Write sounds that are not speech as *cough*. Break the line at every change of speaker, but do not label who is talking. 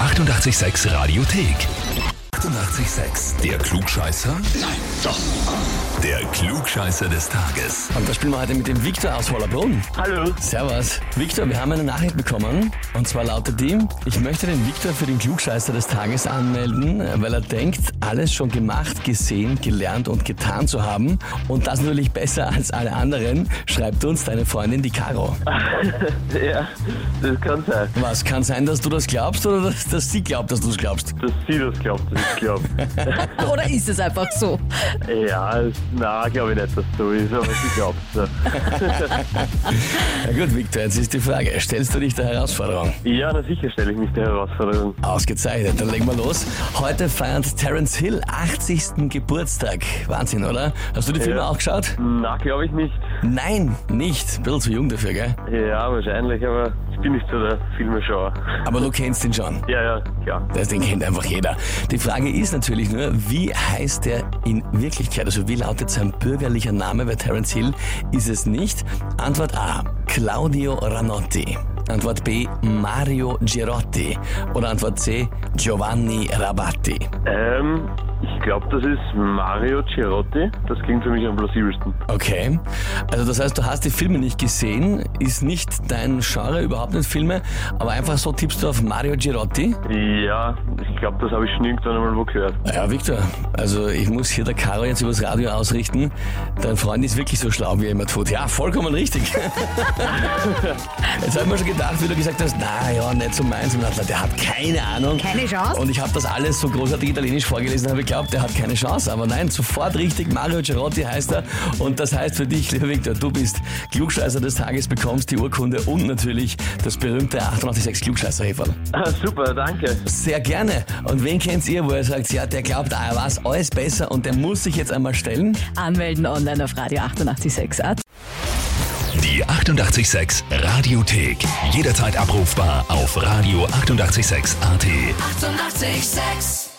886 Radiothek. 88,6. Der Klugscheißer? Nein, doch. Der Klugscheißer des Tages.
Und da spielen wir heute mit dem Viktor aus Wallerbrunn.
Hallo.
Servus. Viktor, wir haben eine Nachricht bekommen. Und zwar lautet die, ich möchte den Viktor für den Klugscheißer des Tages anmelden, weil er denkt, alles schon gemacht, gesehen, gelernt und getan zu haben. Und das natürlich besser als alle anderen, schreibt uns deine Freundin die Caro.
ja, das kann sein.
Was, kann sein, dass du das glaubst oder dass, dass sie glaubt, dass du es glaubst?
Dass sie das glaubt, dass ich glaube.
Oder ist es einfach so?
ja, es- na, glaube ich nicht, dass so ist, aber sie glaubt es.
Na gut, Viktor, jetzt ist die Frage, stellst du dich der Herausforderung?
Ja, na sicher stelle ich mich der Herausforderung.
Ausgezeichnet, dann legen wir los. Heute feiert Terence Hill 80. Geburtstag. Wahnsinn, oder? Hast du die Filme
Ja.
auch geschaut?
Na, glaube ich nicht.
Nein, nicht. Ein bisschen zu jung dafür, gell?
Ja, wahrscheinlich, aber ich bin nicht so der Filmeschauer.
Aber du kennst ihn schon.
Ja, ja, klar.
Das Ding kennt einfach jeder. Die Frage ist natürlich nur, wie heißt er in Wirklichkeit? Also wie lautet sein bürgerlicher Name? Bei Terence Hill ist es nicht. Antwort A, Claudio Ranotti. Antwort B, Mario Girotti. Oder Antwort C, Giovanni Rabatti.
Ähm, ich glaube, das ist Mario Cirotti. Das klingt für mich am plausibelsten.
Okay. Also das heißt, du hast die Filme nicht gesehen, ist nicht dein Genre, überhaupt nicht Filme, aber einfach so tippst du auf Mario Girotti.
Ja, ich glaube, das habe ich schon irgendwann einmal wo gehört.
Ja, Victor, also ich muss hier der Caro jetzt übers Radio ausrichten. Dein Freund ist wirklich so schlau, wie er immer tut. Ja, vollkommen richtig.
*laughs*
Jetzt habe ich mir schon gedacht, wie du gesagt hast, na ja, nicht so meins. Und ich dachte, der hat keine Ahnung.
Keine Chance.
Und ich habe das alles so großartig italienisch vorgelesen, habe geglaubt, der hat keine Chance. Aber nein, sofort richtig, Mario Girotti heißt er. Und das heißt für dich, lieber Victor, du bist Klugscheißer des Tages, bekommst die Urkunde und natürlich das berühmte 886 klugscheißer -Häferl.
Ah, super, danke.
Sehr gerne. Und wen kennt ihr, wo ihr sagt, ja, der glaubt, ah, er weiß alles besser und der muss sich jetzt einmal stellen?
Anmelden online auf Radio 886 AT.
Die 88,6 Radiothek. Jederzeit abrufbar auf radio886.at. 88,6.
886